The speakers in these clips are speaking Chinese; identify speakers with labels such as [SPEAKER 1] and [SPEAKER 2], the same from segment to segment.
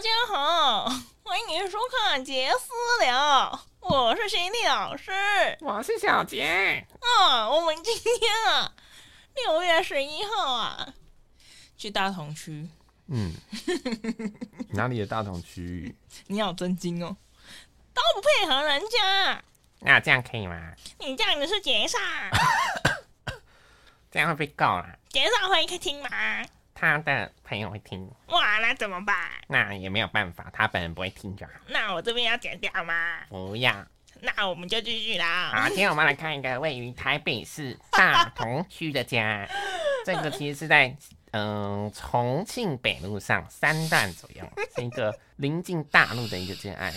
[SPEAKER 1] 家好，欢迎收看《杰私聊》，我是心理老师。
[SPEAKER 2] 我是小杰，
[SPEAKER 1] 啊，我们今天啊，六月十一号啊，去大同区，
[SPEAKER 2] 嗯， 哪里的大同区域？
[SPEAKER 1] 你好震惊哦，都不配合人家，
[SPEAKER 2] 那这样可以吗？
[SPEAKER 1] 你这样子是劫煞，
[SPEAKER 2] 这样会被告啦，
[SPEAKER 1] 劫煞会听吗？
[SPEAKER 2] 他的朋友会听，
[SPEAKER 1] 哇，那怎么办？
[SPEAKER 2] 那也没有办法，他本人不会听就好。
[SPEAKER 1] 那我这边要剪掉吗？
[SPEAKER 2] 不要，
[SPEAKER 1] 那我们就继续 啊啦。
[SPEAKER 2] 好，今天我们来看一个位于台北市大同区的家，这个其实是在嗯、重庆北路上三段左右，是一个临近大陆的一个建案。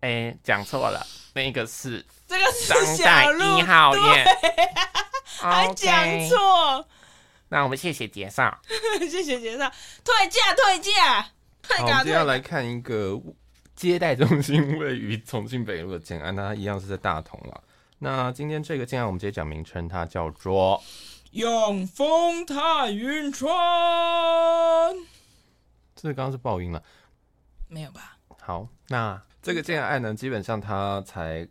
[SPEAKER 2] 哎、讲错了，那个是
[SPEAKER 1] 这个是
[SPEAKER 2] 当代
[SPEAKER 1] 小鹿
[SPEAKER 2] 一，号院。
[SPEAKER 1] 还哎
[SPEAKER 2] OK
[SPEAKER 1] 讲错。
[SPEAKER 2] 那我们谢谢介绍。
[SPEAKER 1] 谢谢介绍，退价退价，退
[SPEAKER 3] 好，我
[SPEAKER 1] 价
[SPEAKER 3] 们今天要
[SPEAKER 1] 退。
[SPEAKER 3] 来看一个接待中心位于 重庆北路的建案，那它一样是在大同啦。那今天这个建案，我们直接讲名称，它叫做
[SPEAKER 1] 永丰太云川，
[SPEAKER 3] 这个刚刚是爆音了。
[SPEAKER 1] 没有吧？
[SPEAKER 3] 好，那这个建案呢，基本上它才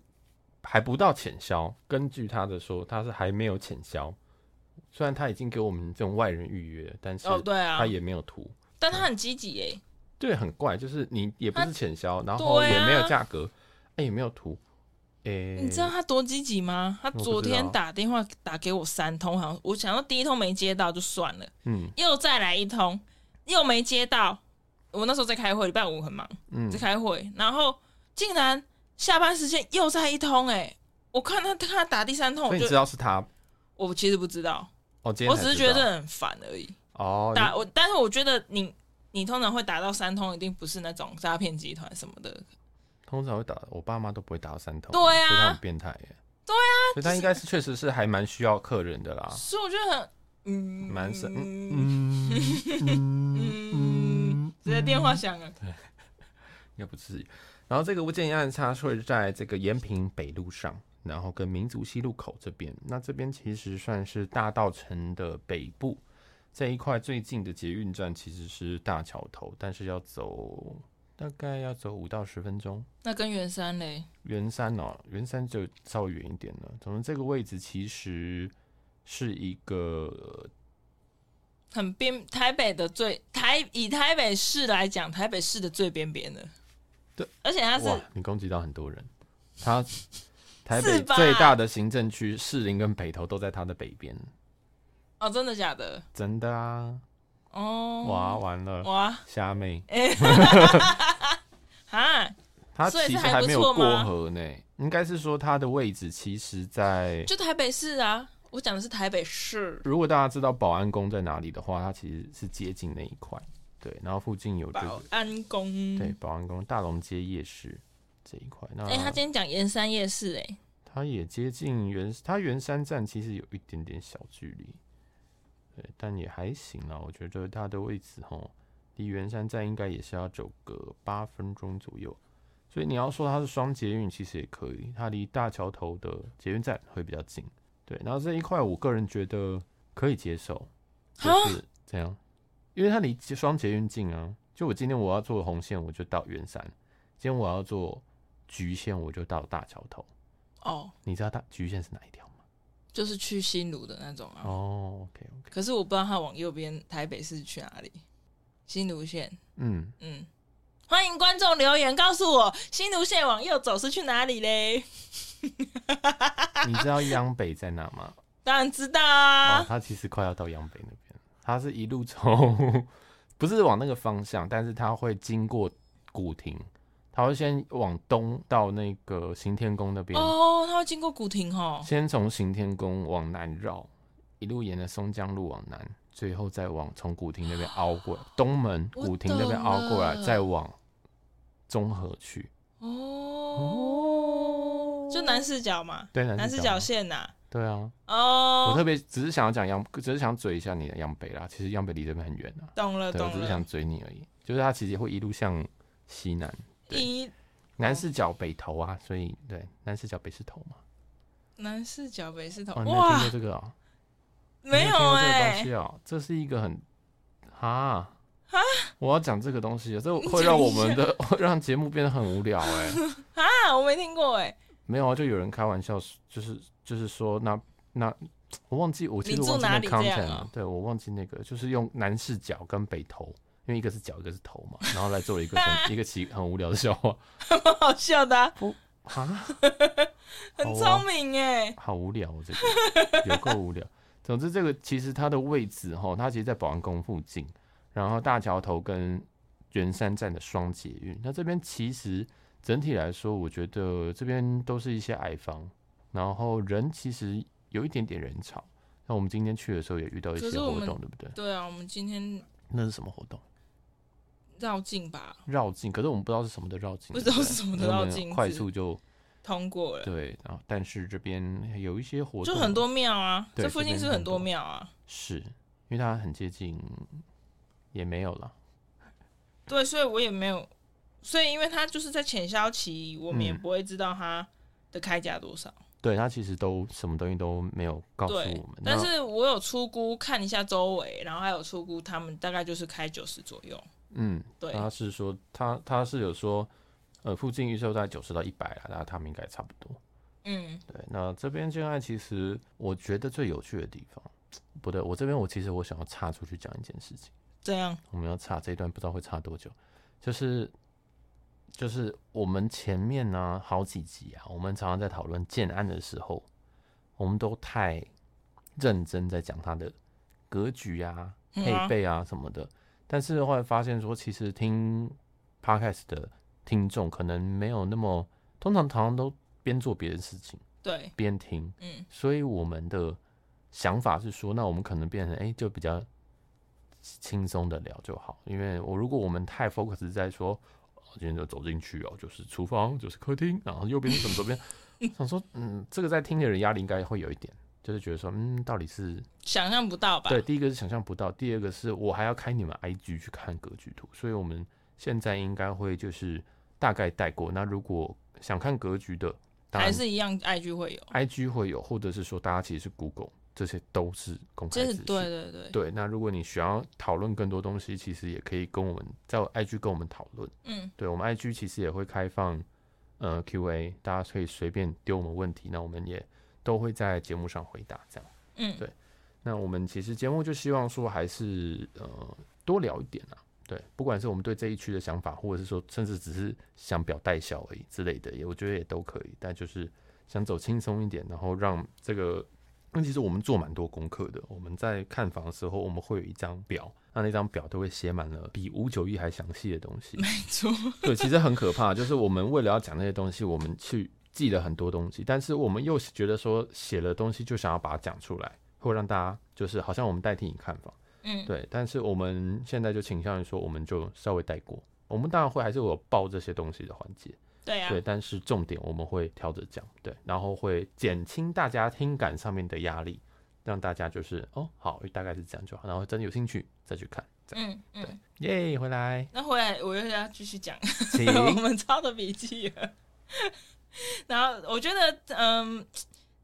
[SPEAKER 3] 还不到浅销，根据他的说，它是还没有浅销。虽然他已经给我们这种外人预约了，但是
[SPEAKER 1] 哦，对啊
[SPEAKER 3] 他，也没有图，
[SPEAKER 1] 但他很积极耶。
[SPEAKER 3] 对，很怪，就是你也不
[SPEAKER 1] 它
[SPEAKER 3] 是浅销，然后
[SPEAKER 1] 对
[SPEAKER 3] 也
[SPEAKER 1] 啊
[SPEAKER 3] 没有价格，哎，也没有图，哎，
[SPEAKER 1] 你知道他多积极吗？他
[SPEAKER 3] 不
[SPEAKER 1] 昨
[SPEAKER 3] 知
[SPEAKER 1] 天
[SPEAKER 3] 道
[SPEAKER 1] 打电话打给我三通，好像我想到第一通没接到就算了，
[SPEAKER 3] 嗯
[SPEAKER 1] 又再来一通，又没接到。我那时候在开会，礼拜五很忙，
[SPEAKER 3] 嗯
[SPEAKER 1] 在，开会，然后竟然下班时间又再一通，哎，我看他看他打第三通，
[SPEAKER 3] 所
[SPEAKER 1] 我
[SPEAKER 3] 以你知
[SPEAKER 1] 哦就
[SPEAKER 3] 道是他
[SPEAKER 1] 我其实不知道，
[SPEAKER 3] 哦，今天
[SPEAKER 1] 我
[SPEAKER 3] 才
[SPEAKER 1] 只是
[SPEAKER 3] 知
[SPEAKER 1] 觉
[SPEAKER 3] 道
[SPEAKER 1] 得很烦而已。
[SPEAKER 3] 哦，
[SPEAKER 1] 打我，但是我觉得你你通常会打到三通，一定不是那种诈骗集团什么的。
[SPEAKER 3] 你通常会打，我爸妈都不会打到三头，
[SPEAKER 1] 对啊
[SPEAKER 3] 所以他很变态耶，
[SPEAKER 1] 对就
[SPEAKER 3] 啊，所以他
[SPEAKER 1] 是
[SPEAKER 3] 应该是确实是还蛮需要客人的啦，
[SPEAKER 1] 所以我觉得很嗯，
[SPEAKER 3] 蛮神，
[SPEAKER 1] 嗯
[SPEAKER 3] 嗯嗯
[SPEAKER 1] 嗯，直接电话响了，
[SPEAKER 3] 应该不至于。然后这个物件案它是会在这个延平北路上，然后跟民族西路口这边。那这边其实算是大道城的北部这一块最近的捷运站其实是大桥头，但是要走大概要走五到十分钟。
[SPEAKER 1] 那跟袁山嘞，
[SPEAKER 3] 圆山哦，圆山就稍微远一点了。总之，这个位置其实是一个
[SPEAKER 1] 很边台北的最台以台北市来讲，台北市的最边边的。
[SPEAKER 3] 对，
[SPEAKER 1] 而且它是
[SPEAKER 3] 哇，你攻击到很多人。 它台北
[SPEAKER 1] 是吧
[SPEAKER 3] 最大的行政区士林跟北投都在它的北边，
[SPEAKER 1] 哦，真的假的？
[SPEAKER 3] 真的啊！
[SPEAKER 1] 哦，
[SPEAKER 3] 哇，完了，
[SPEAKER 1] 哇
[SPEAKER 3] 虾妹，
[SPEAKER 1] 哈，
[SPEAKER 3] 它
[SPEAKER 1] 所以
[SPEAKER 3] 其
[SPEAKER 1] 是
[SPEAKER 3] 实
[SPEAKER 1] 还
[SPEAKER 3] 还
[SPEAKER 1] 不
[SPEAKER 3] 没有
[SPEAKER 1] 错吗
[SPEAKER 3] 过河呢。应该是说它的位置其实在，
[SPEAKER 1] 就台北市啊，我讲的是台北市。
[SPEAKER 3] 如果大家知道保安宫在哪里的话，它其实是接近那一块。对，然后附近有这个
[SPEAKER 1] 保安宫，
[SPEAKER 3] 对，保安宫、大龙街夜市这一块。那
[SPEAKER 1] 哎、他今天讲盐山夜市、哎，
[SPEAKER 3] 它也接近圆，它圆山站其实有一点点小距离，对，但也还行啦。我觉得它的位置吼，离圆山站应该也是要走个八分钟左右。所以你要说它是双捷运，其实也可以，它离大桥头的捷运站会比较近。对，然后这一块我个人觉得可以接受，就
[SPEAKER 1] 啊
[SPEAKER 3] 是怎样？因为它离捷双捷运近啊。就我今天我要坐红线，我就到圆山；今天我要坐橘线，我就到大桥头。
[SPEAKER 1] 哦，
[SPEAKER 3] 你知道大橘线是哪一条吗？
[SPEAKER 1] 就是去新竹的那种啊。
[SPEAKER 3] 哦，OK OK，
[SPEAKER 1] 可是我不知道他往右边台北市去哪里，新竹县。
[SPEAKER 3] 嗯，
[SPEAKER 1] 嗯，欢迎观众留言告诉我新竹县往右走是去哪里嘞？
[SPEAKER 3] 你知道央北在哪吗？
[SPEAKER 1] 当然知道
[SPEAKER 3] 哦，
[SPEAKER 1] 啊，
[SPEAKER 3] 它其实快要到央北那边，它是一路从 不是往那个方向，但是它会经过古亭，它会先往东到那个行天宫那边，
[SPEAKER 1] 哦，他会经过古亭哦。
[SPEAKER 3] 先从行天宫往南绕，一路沿着松江路往南，最后再往从古亭那边凹过来，东门
[SPEAKER 1] 我
[SPEAKER 3] 古亭那边
[SPEAKER 1] 懂
[SPEAKER 3] 凹过来，
[SPEAKER 1] 了
[SPEAKER 3] 再往中和去。
[SPEAKER 1] 哦，就南势角嘛，
[SPEAKER 3] 对，南
[SPEAKER 1] 南
[SPEAKER 3] 势
[SPEAKER 1] 势角线呐、
[SPEAKER 3] 对啊，我特
[SPEAKER 1] 哦，
[SPEAKER 3] 别只是想要讲央，只是想嘴一下你的央北啦。其实央北离这边很远啊，
[SPEAKER 1] 懂了
[SPEAKER 3] 对，我
[SPEAKER 1] 懂
[SPEAKER 3] 只是
[SPEAKER 1] 了
[SPEAKER 3] 想。嘴你而已。就是它其实会一路向西南，对
[SPEAKER 1] 一
[SPEAKER 3] 南视角北头啊，所以对，南视角北是头嘛。
[SPEAKER 1] 南势角北势头，
[SPEAKER 3] 哦，你没有听
[SPEAKER 1] 哇
[SPEAKER 3] 过，这个哦？你
[SPEAKER 1] 没
[SPEAKER 3] 有听过这个
[SPEAKER 1] 哎、
[SPEAKER 3] 东西哦，这是一个很啊，我要讲这个东西，啊这会让我们的会让节目变得很无聊哎、
[SPEAKER 1] 啊，我没听过哎、
[SPEAKER 3] 没有啊，就有人开玩笑，就是就是说那那我忘记我其实
[SPEAKER 1] 你
[SPEAKER 3] 我
[SPEAKER 1] 住
[SPEAKER 3] 忘记
[SPEAKER 1] 哪
[SPEAKER 3] 那
[SPEAKER 1] 里
[SPEAKER 3] 个
[SPEAKER 1] 这样
[SPEAKER 3] content
[SPEAKER 1] 啊
[SPEAKER 3] 了，对我忘记那个就是用男视角跟北头，因为一个是脚一个是头嘛，然后来做了一个 很一个奇很无聊的笑话
[SPEAKER 1] 蛮 好笑的、啊，
[SPEAKER 3] 啊，
[SPEAKER 1] 很
[SPEAKER 3] 好啊
[SPEAKER 1] 聪明哎、
[SPEAKER 3] 好无聊、哦，这个有够无聊。总之，这个其实它的位置哈，它其实在保安宫附近，然后大桥头跟圆山站的双捷运。那这边其实整体来说，我觉得这边都是一些矮房，然后人其实有一点点人潮。那我们今天去的时候也遇到一
[SPEAKER 1] 可
[SPEAKER 3] 些
[SPEAKER 1] 是我
[SPEAKER 3] 活
[SPEAKER 1] 们
[SPEAKER 3] 动，对不对？
[SPEAKER 1] 对啊，我们今天
[SPEAKER 3] 那是什么活动？
[SPEAKER 1] 绕境吧，
[SPEAKER 3] 绕境，可是我们不知道是什么的绕境，
[SPEAKER 1] 不知道
[SPEAKER 3] 对对
[SPEAKER 1] 是什么的
[SPEAKER 3] 所以我们
[SPEAKER 1] 绕境
[SPEAKER 3] 快
[SPEAKER 1] 是
[SPEAKER 3] 速就
[SPEAKER 1] 通过了，
[SPEAKER 3] 对，然后但是这边有一些活
[SPEAKER 1] 就
[SPEAKER 3] 动，
[SPEAKER 1] 很多庙啊，
[SPEAKER 3] 对
[SPEAKER 1] 这附近
[SPEAKER 3] 这
[SPEAKER 1] 是很
[SPEAKER 3] 边
[SPEAKER 1] 多
[SPEAKER 3] 很多
[SPEAKER 1] 庙啊，
[SPEAKER 3] 是因为它很接近，也没有了。
[SPEAKER 1] 对，所以我也没有，所以因为他就是在潜销期，我们也
[SPEAKER 3] 嗯
[SPEAKER 1] 不会知道他的开价多少。
[SPEAKER 3] 对，它其实都什么东西都没有告诉我
[SPEAKER 1] 对
[SPEAKER 3] 们。，
[SPEAKER 1] 但
[SPEAKER 3] 那
[SPEAKER 1] 是我有出估看一下周围，然后还有出估他们大概就是开九十左右。
[SPEAKER 3] 嗯，
[SPEAKER 1] 对，
[SPEAKER 3] 他是说他他是有说，呃，附近预售在九十到一百啦，那他们应该差不多。
[SPEAKER 1] 嗯，
[SPEAKER 3] 对，那这边现在其实我觉得最有趣的地方，不对，我这边我其实我想要岔出去讲一件事情，
[SPEAKER 1] 这样
[SPEAKER 3] 我们要岔这一段不知道会岔多久，就是。就是我们前面呢、好几集啊，我们常常在讨论建案的时候，我们都太认真在讲它的格局啊、
[SPEAKER 1] 嗯
[SPEAKER 3] 配
[SPEAKER 1] 啊
[SPEAKER 3] 备啊什么的。但是后来发现说，其实听 podcast 的听众可能没有那么，通常常常都边做别的事情
[SPEAKER 1] 对，
[SPEAKER 3] 边听，
[SPEAKER 1] 嗯，
[SPEAKER 3] 所以我们的想法是说，那我们可能变成哎、诶就比较轻松的聊就好。因为我如果我们太 focus 在说，哦今天就走进去哦，就是厨房，就是客厅，然后右边是什 么，左边想说，嗯，这个在听的人压力应该会有一点，就是觉得说，嗯，到底是
[SPEAKER 1] 想象不到吧？
[SPEAKER 3] 对，，第一个是想象不到，第二个是我还要开你们 IG 去看格局图，所以我们现在应该会就是大概带过。那如果想看格局的，当
[SPEAKER 1] 还
[SPEAKER 3] 然
[SPEAKER 1] 是一样，IG 会有，
[SPEAKER 3] IG 会有，或者是说大家其实是 Google，这些都是公开
[SPEAKER 1] 这
[SPEAKER 3] 资
[SPEAKER 1] 是
[SPEAKER 3] 讯。
[SPEAKER 1] 对对对，
[SPEAKER 3] 对那如果你想要讨论更多东西，其实也可以跟我们在我 IG 跟我们讨论。
[SPEAKER 1] 嗯，
[SPEAKER 3] 对我们 IG 其实也会开放呃 Q&A，大家可以随便丢我们问题，那我们也都会在节目上回答这样。
[SPEAKER 1] 嗯
[SPEAKER 3] 对那我们其实节目就希望说，还是呃多聊一点啊，对，不管是我们对这一区的想法，或者是说，甚至只是想表代销而已之类的，也我觉得也都可以。但就是想走轻松一点，然后让这个，那其实我们做蛮多功课的。我们在看房的时候，我们会有一张表，那那张表都会写满了比五九一还详细的东西。
[SPEAKER 1] 没 错，
[SPEAKER 3] 对，其实很可怕，就是我们为了要讲那些东西，我们去记了很多东西，但是我们又觉得说写了东西就想要把它讲出来，会让大家就是好像我们代替你看房，
[SPEAKER 1] 嗯，
[SPEAKER 3] 对，但是我们现在就倾向于说，我们就稍微带过。我们当然会还是有报这些东西的环节，
[SPEAKER 1] 对啊，
[SPEAKER 3] 对，但是重点我们会挑着讲，对，然后会减轻大家听感上面的压力，让大家就是哦好，大概是这样就好，然后真的有兴趣再去看，这样
[SPEAKER 1] 嗯嗯。，
[SPEAKER 3] 耶回来
[SPEAKER 1] 那回来我又要继续讲，
[SPEAKER 3] 请
[SPEAKER 1] 我们抄的笔记了。然后我觉得，嗯，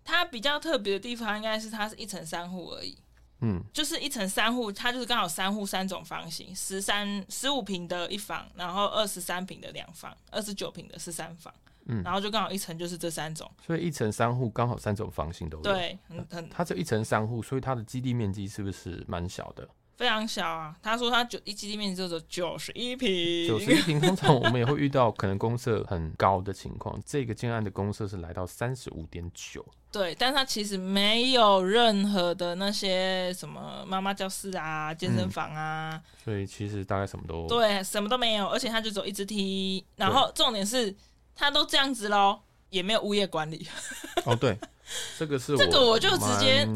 [SPEAKER 1] 它比较特别的地方应该是它是一层三户而已，
[SPEAKER 3] 嗯
[SPEAKER 1] 就是一层三户，它就是刚好三户三种房型，十三十五平的一房，然后二十三平的两房，二十九平的是三房，
[SPEAKER 3] 嗯
[SPEAKER 1] 然后就刚好一层就是这三种，
[SPEAKER 3] 所以一层三户刚好三种房型都有。，
[SPEAKER 1] 对，很很
[SPEAKER 3] 它这一层三户，所以它的基地面积是不是蛮小的？
[SPEAKER 1] 非常小啊。他说他九一基地面积就只有九十一平，
[SPEAKER 3] 九十一平，通常我们也会遇到可能公社很高的情况。这个建案的公社是来到三十五点九，
[SPEAKER 1] 对，但它其实没有任何的那些什么妈妈教室啊、健
[SPEAKER 3] 嗯
[SPEAKER 1] 身房啊，
[SPEAKER 3] 所以其实大概什么都
[SPEAKER 1] 对，什么都没有，而且它就只有一只梯。然后重点是，它都这样子喽，也没有物业管理。
[SPEAKER 3] 哦对，这个是
[SPEAKER 1] 这个我就
[SPEAKER 3] 蛮
[SPEAKER 1] 直接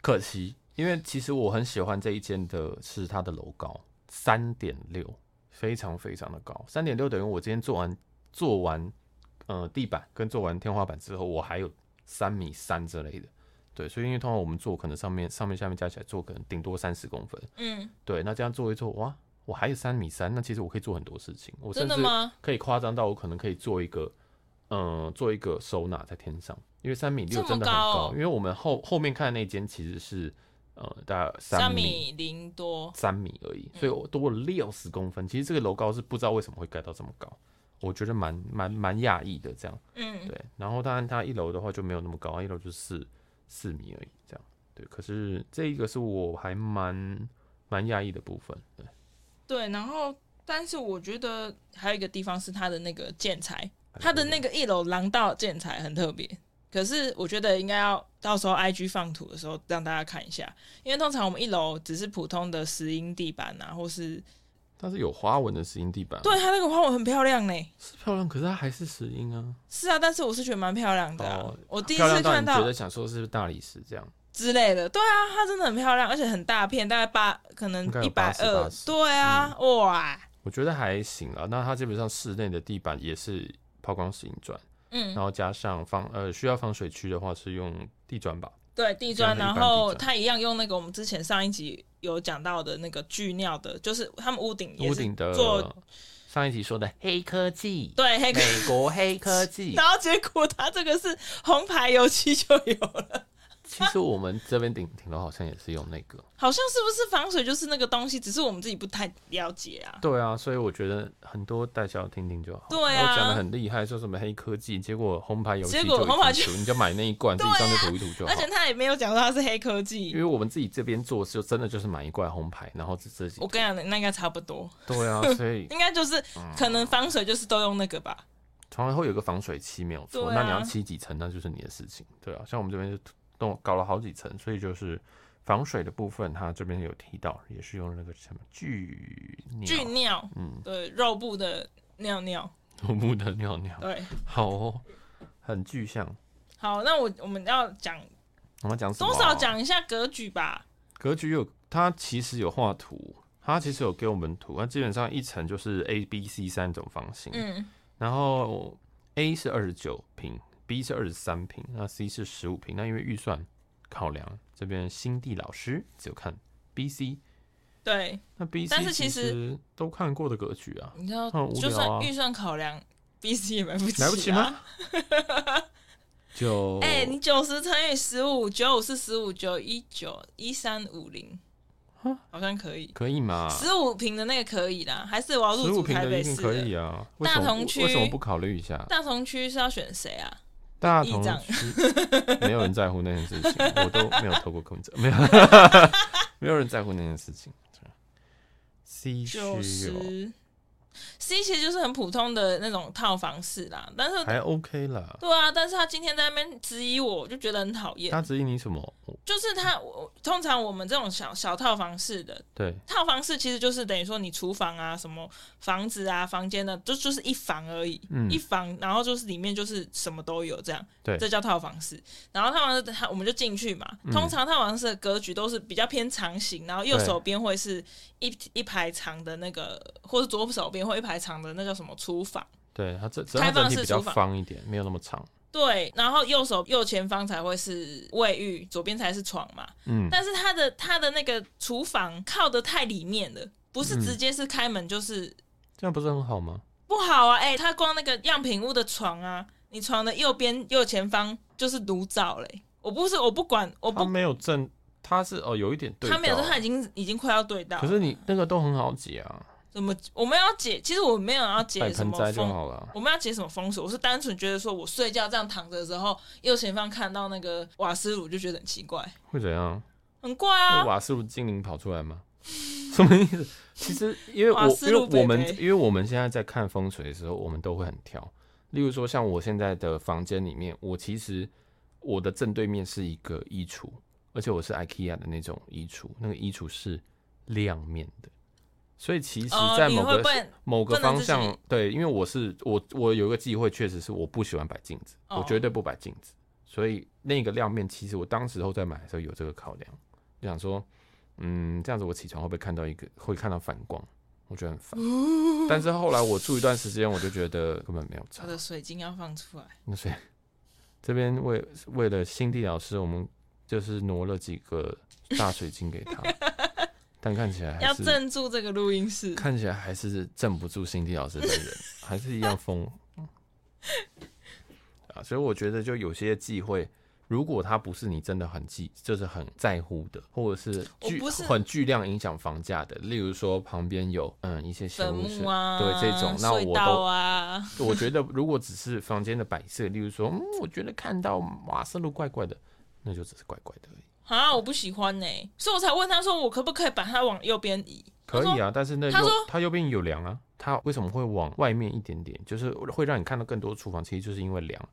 [SPEAKER 3] 可惜，因为其实我很喜欢这一间的是它的楼高三点六，非常非常的高，三点六等于我今天做完做完呃地板跟做完天花板之后，我还有三米三之类的。对，所以因为通常我们做可能上面上面下面加起来做可能顶多三十公分，
[SPEAKER 1] 嗯，
[SPEAKER 3] 对，那这样做一做哇，我还有三米三，那其实我可以做很多事情，我
[SPEAKER 1] 真
[SPEAKER 3] 甚
[SPEAKER 1] 的
[SPEAKER 3] 至
[SPEAKER 1] 吗？
[SPEAKER 3] 可以夸张到我可能可以做一个，嗯、做一个收纳在天上，因为三米
[SPEAKER 1] 这
[SPEAKER 3] 六
[SPEAKER 1] 么
[SPEAKER 3] 真的很
[SPEAKER 1] 高
[SPEAKER 3] 高。
[SPEAKER 1] 哦
[SPEAKER 3] 因为我们后后面看的那间其实是呃，大概三
[SPEAKER 1] 三
[SPEAKER 3] 米
[SPEAKER 1] 米嗯零多，
[SPEAKER 3] 三米而已，所以我多了六十公分。其实这个楼高是不知道为什么会盖到这么高，我觉得蛮蛮蛮讶异的这样。
[SPEAKER 1] 嗯，
[SPEAKER 3] 对，然后当然它一楼的话就没有那么高，它一楼就四四米而已这样。对，可是这一个是我还蛮蛮讶异的部分。对，
[SPEAKER 1] 对，然后但是我觉得还有一个地方是它的那个建材，它的那个一楼廊道建材很特别，可是我觉得应该要到时候 IG 放图的时候让大家看一下，因为通常我们一楼只是普通的石英地板啊，或
[SPEAKER 3] 嗯
[SPEAKER 1] 是
[SPEAKER 3] 它是有花纹的石英地板，
[SPEAKER 1] 对，它那个花纹很漂亮呢。
[SPEAKER 3] 是漂亮，可是它还是石英啊。
[SPEAKER 1] 是啊，但是我是觉得蛮漂亮的啊、
[SPEAKER 3] 哦
[SPEAKER 1] 我第一
[SPEAKER 3] 漂
[SPEAKER 1] 次
[SPEAKER 3] 亮到
[SPEAKER 1] 看
[SPEAKER 3] 你觉
[SPEAKER 1] 到
[SPEAKER 3] 得想说是不是大理石这样？
[SPEAKER 1] 之类的，对啊，它真的很漂亮，而且很大片，大概八可能
[SPEAKER 3] 应该有
[SPEAKER 1] 一百
[SPEAKER 3] 80
[SPEAKER 1] 二，
[SPEAKER 3] 80
[SPEAKER 1] 对啊，
[SPEAKER 3] 嗯
[SPEAKER 1] 哇，
[SPEAKER 3] 我觉得还行啦。那它基本上室内的地板也是抛光石英砖，
[SPEAKER 1] 嗯
[SPEAKER 3] 然，后加上防呃需要防水区的话是用地砖吧。
[SPEAKER 1] 对地砖，
[SPEAKER 3] 这样
[SPEAKER 1] 然
[SPEAKER 3] 的一般地
[SPEAKER 1] 后
[SPEAKER 3] 砖
[SPEAKER 1] 它一样用那个我们之前上一集有讲到的那个巨尿的，就是他们屋顶也
[SPEAKER 3] 屋
[SPEAKER 1] 是
[SPEAKER 3] 顶的
[SPEAKER 1] 做
[SPEAKER 3] 上一集说的黑科技，
[SPEAKER 1] 对黑个，
[SPEAKER 2] 美国黑科技
[SPEAKER 1] 然，后结果它这个是红牌油漆就有了，
[SPEAKER 3] 其实我们这边顶顶楼好像也是用那个。
[SPEAKER 1] 好像是不是防水就是那个东西，只是我们自己不太了解啊。
[SPEAKER 3] 对啊，所以我觉得很多代销听听就好。
[SPEAKER 1] 对啊
[SPEAKER 3] 我讲的很厉害，说什么黑科技，结果红牌油漆
[SPEAKER 1] 结
[SPEAKER 3] 就
[SPEAKER 1] 果
[SPEAKER 3] 有一
[SPEAKER 1] 红牌
[SPEAKER 3] 张
[SPEAKER 1] 就啊
[SPEAKER 3] 图你就买那一 罐，自己上去涂一涂就好
[SPEAKER 1] 而。且它也没有讲说它是黑科技
[SPEAKER 3] 因，为我们自己这边做就真的就是买一罐红牌，然后自自己
[SPEAKER 1] 我跟你讲，那应该差不多，
[SPEAKER 3] 对啊，所以
[SPEAKER 1] 应该就是
[SPEAKER 3] 嗯
[SPEAKER 1] 可能防水就是都用那个吧。
[SPEAKER 3] 常常会有个防水漆没有错，
[SPEAKER 1] 对啊
[SPEAKER 3] 那你要漆几层那就是你的事情，对啊，像我们这边就弄搞了好几层，所以就是防水的部分，它这边有提到，也是用那个什么巨鸟
[SPEAKER 1] 巨尿，
[SPEAKER 3] 嗯，
[SPEAKER 1] 对肉布的尿尿，
[SPEAKER 3] 土木的尿尿，
[SPEAKER 1] 对。
[SPEAKER 3] 好哦，很具象。
[SPEAKER 1] 好，那我我们要讲
[SPEAKER 3] 我们讲什么
[SPEAKER 1] 多
[SPEAKER 3] 啊
[SPEAKER 1] 少讲一下格局吧。
[SPEAKER 3] 格局有，它其实有画图，它其实有给我们图，它基本上一层就是 A、B、C 三种方形，
[SPEAKER 1] 嗯，
[SPEAKER 3] 然后 A 是二十九平，B 是二十三平，那 C 是十五平。那因为预算考量，这边新地老师只有看 B、C，
[SPEAKER 1] 对，
[SPEAKER 3] 那 B、
[SPEAKER 1] 但
[SPEAKER 3] C
[SPEAKER 1] 是其实
[SPEAKER 3] 实都看过的格局啊，
[SPEAKER 1] 你知道，
[SPEAKER 3] 很无聊啊
[SPEAKER 1] 就算预算考量，B C 也买不起、啊，啊
[SPEAKER 3] 来不及吗？哦就
[SPEAKER 1] 哎、你九十乘以十五，九五是十五，九一九一三五零
[SPEAKER 3] 啊，
[SPEAKER 1] 好像可以。
[SPEAKER 3] 可以嘛？
[SPEAKER 1] 十五平的那个可以啦，还是我要
[SPEAKER 3] 啊十
[SPEAKER 1] 入
[SPEAKER 3] 五
[SPEAKER 1] 主
[SPEAKER 3] 平
[SPEAKER 1] 台
[SPEAKER 3] 的
[SPEAKER 1] 北
[SPEAKER 3] 一定
[SPEAKER 1] 市
[SPEAKER 3] 可
[SPEAKER 1] 了？
[SPEAKER 3] 以啊，为什
[SPEAKER 1] 大
[SPEAKER 3] 么
[SPEAKER 1] 同
[SPEAKER 3] 不
[SPEAKER 1] 区
[SPEAKER 3] 为什么不考虑一下？
[SPEAKER 1] 大同区是要选谁啊？
[SPEAKER 3] 大
[SPEAKER 1] 议
[SPEAKER 3] 同
[SPEAKER 1] 长
[SPEAKER 3] 区没有人在乎那件事情，我都没有投过柯文哲，没有， 没有人在乎那件事情。C 区
[SPEAKER 1] 九
[SPEAKER 3] 哦，
[SPEAKER 1] 十 C 其实就是很普通的那种套房式啦，但是
[SPEAKER 3] 还 OK 啦。
[SPEAKER 1] 对啊，但是他今天在那边质疑我，我就觉得很讨厌。
[SPEAKER 3] 他指引你什么？我
[SPEAKER 1] 就是他，我我通常我们这种小小套房式的，
[SPEAKER 3] 对，
[SPEAKER 1] 套房式其实就是等于说你厨房啊、什么房子啊、房间的，就就是一房而已，
[SPEAKER 3] 嗯
[SPEAKER 1] 一房，然后就是里面就是什么都有这样，
[SPEAKER 3] 对
[SPEAKER 1] 这叫套房式。然后套房式它我们就进去嘛，
[SPEAKER 3] 嗯
[SPEAKER 1] 通常套房式的格局都是比较偏长形，然后右
[SPEAKER 3] 对
[SPEAKER 1] 手边会是一一排长的那个，或是左手边会一排长的那叫什么厨房。
[SPEAKER 3] 对，它这它
[SPEAKER 1] 开放
[SPEAKER 3] 整体
[SPEAKER 1] 式
[SPEAKER 3] 比较
[SPEAKER 1] 厨房
[SPEAKER 3] 方一点，没有那么长。
[SPEAKER 1] 对，然后右手右前方才会是卫浴，左边才是床嘛。
[SPEAKER 3] 嗯，
[SPEAKER 1] 但是它的它的那个厨房靠得太里面了，不是
[SPEAKER 3] 嗯
[SPEAKER 1] 直接是开门就是、
[SPEAKER 3] 这样不是很好吗？
[SPEAKER 1] 不好啊！哎、它光那个样品屋的床啊，你床的右边右前方就是炉灶嘞。我不是我不管我
[SPEAKER 3] 它
[SPEAKER 1] 不，
[SPEAKER 3] 没有正，它是哦有一点对
[SPEAKER 1] 他没有
[SPEAKER 3] 到
[SPEAKER 1] 说他已经已经快要对到了，
[SPEAKER 3] 可是你那个都很好解啊，
[SPEAKER 1] 怎么我们要解？其实我没有要
[SPEAKER 3] 摆
[SPEAKER 1] 解什
[SPEAKER 3] 盆
[SPEAKER 1] 么
[SPEAKER 3] 栽就
[SPEAKER 1] 风，
[SPEAKER 3] 好了。
[SPEAKER 1] 我们要解什么风水？我是单纯觉得说我睡觉这样躺着的时候，右前方看到那个瓦斯炉就觉得很奇怪，
[SPEAKER 3] 会怎样？
[SPEAKER 1] 很怪啊
[SPEAKER 3] 那。瓦斯炉精灵跑出来吗？ 什么意思？其实因为我
[SPEAKER 1] 瓦斯
[SPEAKER 3] 因
[SPEAKER 1] 炉
[SPEAKER 3] 为我们
[SPEAKER 1] 北北
[SPEAKER 3] 因为我们现在在看风水的时候，我们都会很挑。例如说，像我现在的房间里面，我其实我的正对面是一个衣橱，而且我是 IKEA 的那种衣橱，那个衣橱是亮面的，所以其实
[SPEAKER 1] 哦，
[SPEAKER 3] 在
[SPEAKER 1] 你
[SPEAKER 3] 某
[SPEAKER 1] 会
[SPEAKER 3] 个、
[SPEAKER 1] 不会
[SPEAKER 3] 某个
[SPEAKER 1] 不能
[SPEAKER 3] 方
[SPEAKER 1] 自己
[SPEAKER 3] 向，对，因为我是我我有一个忌讳，确实是我不喜欢摆镜子，我
[SPEAKER 1] 哦
[SPEAKER 3] 绝对不摆镜子，所以那个亮面其实我当时候在买的时候有这个考量，就想说，嗯，这样子我起床会不会看到一个会看到反光，我觉得很烦。 但是后来我住一段时间，我就觉得 根本没有差
[SPEAKER 1] 我。的水晶要放出来？
[SPEAKER 3] 那所以这边为为了新地老师，我们就是挪了几个大水晶给 他，但看起来还
[SPEAKER 1] 要
[SPEAKER 3] 是
[SPEAKER 1] 镇住这个录音室。
[SPEAKER 3] 看起来还是镇不住辛迪老师 本人，还是一样疯。啊，所以我觉得就有些忌讳，如果它不是你真的很记，就是很在乎的，或者是
[SPEAKER 1] 我
[SPEAKER 3] 巨
[SPEAKER 1] 不是
[SPEAKER 3] 很巨量影响房价的，例如说旁边有嗯一些小
[SPEAKER 1] 坟
[SPEAKER 3] 物是
[SPEAKER 1] 墓啊，
[SPEAKER 3] 对这种，那
[SPEAKER 1] 隧
[SPEAKER 3] 我
[SPEAKER 1] 道
[SPEAKER 3] 都
[SPEAKER 1] 啊，
[SPEAKER 3] 我觉得如果只是房间的摆设，例如说，嗯，我觉得看到马斯路怪怪的，那就只是怪怪的而已。
[SPEAKER 1] 啊，我不喜欢呢、所以我才问他说，我可不可以把它往右边移？
[SPEAKER 3] 可以啊，但是那
[SPEAKER 1] 他
[SPEAKER 3] 右
[SPEAKER 1] 说
[SPEAKER 3] 它右边有梁啊，它为什么会往外面一点点？就是会让你看到更多厨房，其实就是因为梁。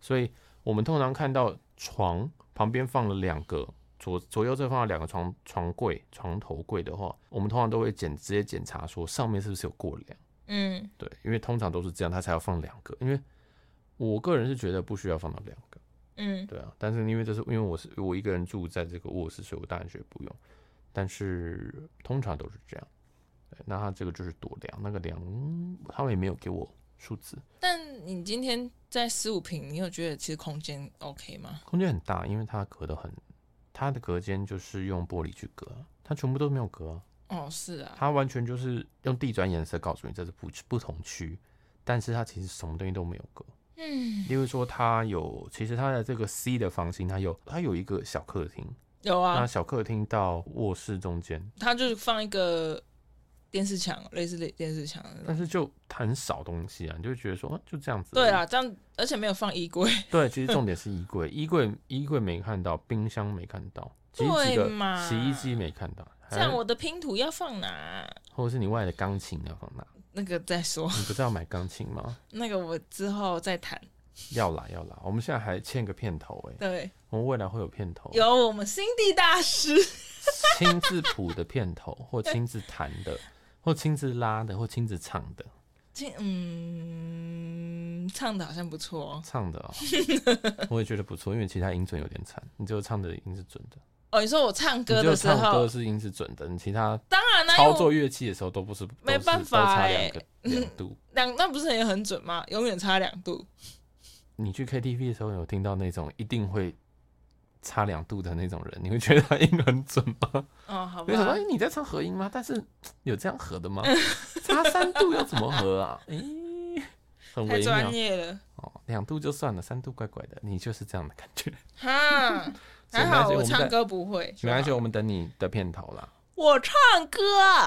[SPEAKER 3] 所以我们通常看到床旁边放了两个左左右侧放了两个床床柜、床头柜的话，我们通常都会检直接检查说上面是不是有过梁。
[SPEAKER 1] 嗯，
[SPEAKER 3] 对，因为通常都是这样，它才要放两个。因为我个人是觉得不需要放到两个。
[SPEAKER 1] 嗯，
[SPEAKER 3] 对啊，但是因为这是因为我是我一个人住在这个卧室，所以我当然觉得不用。但是通常都是这样。对，那它这个就是多量，那个量嗯他们也没有给我数字，
[SPEAKER 1] 但你今天在十五平，你有觉得其实空间 OK 吗？
[SPEAKER 3] 空间很大，因为它隔得很，它的隔间就是用玻璃去隔，它全部都没有隔啊，
[SPEAKER 1] 哦，是啊，
[SPEAKER 3] 它完全就是用地砖颜色告诉你这是不不同区，但是它其实什么东西都没有隔。
[SPEAKER 1] 嗯，
[SPEAKER 3] 例如说，它有其实它的这个 C 的房型，它有它有一个小客厅，
[SPEAKER 1] 有啊
[SPEAKER 3] 那，小客厅到卧室中间
[SPEAKER 1] 他就是放一个电视墙，类似类电视墙的那种。
[SPEAKER 3] 但是就很少东西啊，你就会觉得说，啊、就这样子。
[SPEAKER 1] 对，啊，这样而且没有放衣柜，
[SPEAKER 3] 对，其实重点是衣柜， 衣柜衣柜没看到，冰箱没看到，洗衣机
[SPEAKER 1] 对
[SPEAKER 3] 的
[SPEAKER 1] 嘛
[SPEAKER 3] 洗衣机没看到，
[SPEAKER 1] 这样我的拼图要放哪？
[SPEAKER 3] 或者是你外的钢琴要 放哪？
[SPEAKER 1] 那个再说，
[SPEAKER 3] 你不是要买钢琴吗？
[SPEAKER 1] 那个我之后再谈。
[SPEAKER 3] 要啦要啦，我们现在还欠个片头哎、
[SPEAKER 1] 对，
[SPEAKER 3] 我们未来会有片头，
[SPEAKER 1] 有我们辛迪大师，
[SPEAKER 3] 亲自谱的片 头，或亲自弹的，或亲自拉的，或亲自唱的，
[SPEAKER 1] 这嗯，唱的好像不错哦。
[SPEAKER 3] 唱 的哦，我也觉得不错，因为其他音准有点惨，你只有唱的音是准的，
[SPEAKER 1] 哦，你说我唱
[SPEAKER 3] 你
[SPEAKER 1] 歌
[SPEAKER 3] 只有
[SPEAKER 1] 的时
[SPEAKER 3] 唱歌
[SPEAKER 1] 候，
[SPEAKER 3] 是音是准的，你其他
[SPEAKER 1] 当然啊啦，因为
[SPEAKER 3] 操
[SPEAKER 1] 我
[SPEAKER 3] 作乐器的时候都不是，都是
[SPEAKER 1] 没办法
[SPEAKER 3] 都差
[SPEAKER 1] 欸
[SPEAKER 3] 两个两度。
[SPEAKER 1] 两那不是也很准吗？永远差两度。
[SPEAKER 3] 你去 KTV 的时候有听到那种一定会差两度的那种人，你会觉得他音很准吗？
[SPEAKER 1] 哦，好
[SPEAKER 3] 你会想说，
[SPEAKER 1] 吧
[SPEAKER 3] 哎、，你在唱合音吗？但是有这样合的吗？ 差三度要怎么合啊？诶、很
[SPEAKER 1] 太
[SPEAKER 3] 微
[SPEAKER 1] 专
[SPEAKER 3] 妙
[SPEAKER 1] 业了。
[SPEAKER 3] 哦，两度就算了，三度怪怪的，你就是这样的感觉。
[SPEAKER 1] 哈，
[SPEAKER 3] 没
[SPEAKER 1] 还
[SPEAKER 3] 关
[SPEAKER 1] 好
[SPEAKER 3] 系我
[SPEAKER 1] 我
[SPEAKER 3] 们
[SPEAKER 1] 唱
[SPEAKER 3] 在
[SPEAKER 1] 歌不会，
[SPEAKER 3] 没关系，我们等你的片头啦。
[SPEAKER 1] 我唱歌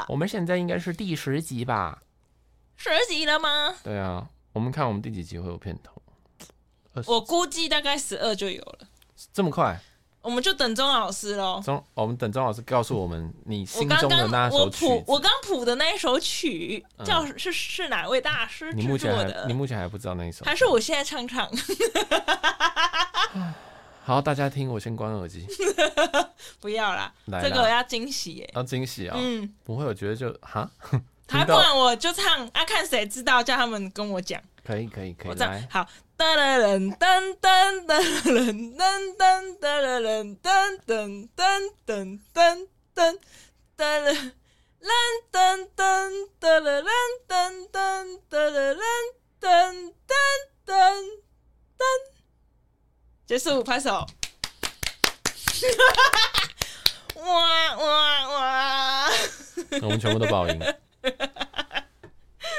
[SPEAKER 3] 我们现在应该是第十集吧？
[SPEAKER 1] 十级了吗？
[SPEAKER 3] 对啊，我们看我们第几集会有片头？二十
[SPEAKER 1] 我估计大概十二就有了，
[SPEAKER 3] 这么快？
[SPEAKER 1] 我们就等钟老师喽。
[SPEAKER 3] 钟，我们等钟老师告诉我们你
[SPEAKER 1] 我
[SPEAKER 3] 心
[SPEAKER 1] 刚
[SPEAKER 3] 中的那
[SPEAKER 1] 刚
[SPEAKER 3] 首
[SPEAKER 1] 我
[SPEAKER 3] 曲
[SPEAKER 1] 谱
[SPEAKER 3] 子。
[SPEAKER 1] 我刚谱的那一首曲
[SPEAKER 3] 嗯
[SPEAKER 1] 叫是是哪位大师
[SPEAKER 3] 你
[SPEAKER 1] 制
[SPEAKER 3] 目
[SPEAKER 1] 作
[SPEAKER 3] 前还你
[SPEAKER 1] 的？
[SPEAKER 3] 目前还不知道那一首，
[SPEAKER 1] 还是我现在唱唱？
[SPEAKER 3] 好，大家听，我先关 耳机，
[SPEAKER 1] 不要啦，
[SPEAKER 3] 来啦
[SPEAKER 1] 这个我要惊喜耶！
[SPEAKER 3] 要惊喜啊！
[SPEAKER 1] 嗯，
[SPEAKER 3] 不会，我觉得就哈，
[SPEAKER 1] 还
[SPEAKER 3] 听
[SPEAKER 1] 不
[SPEAKER 3] 到
[SPEAKER 1] 然我就唱啊，看谁知道，叫他们跟我讲。
[SPEAKER 3] 可以可以可以
[SPEAKER 1] 我这样
[SPEAKER 3] 来，
[SPEAKER 1] 好，噔噔噔噔噔噔噔噔噔噔噔噔噔噔噔噔噔噔噔噔噔噔噔噔噔噔噔噔，结束，拍手。哇哇哇！
[SPEAKER 3] 我们全部都爆音。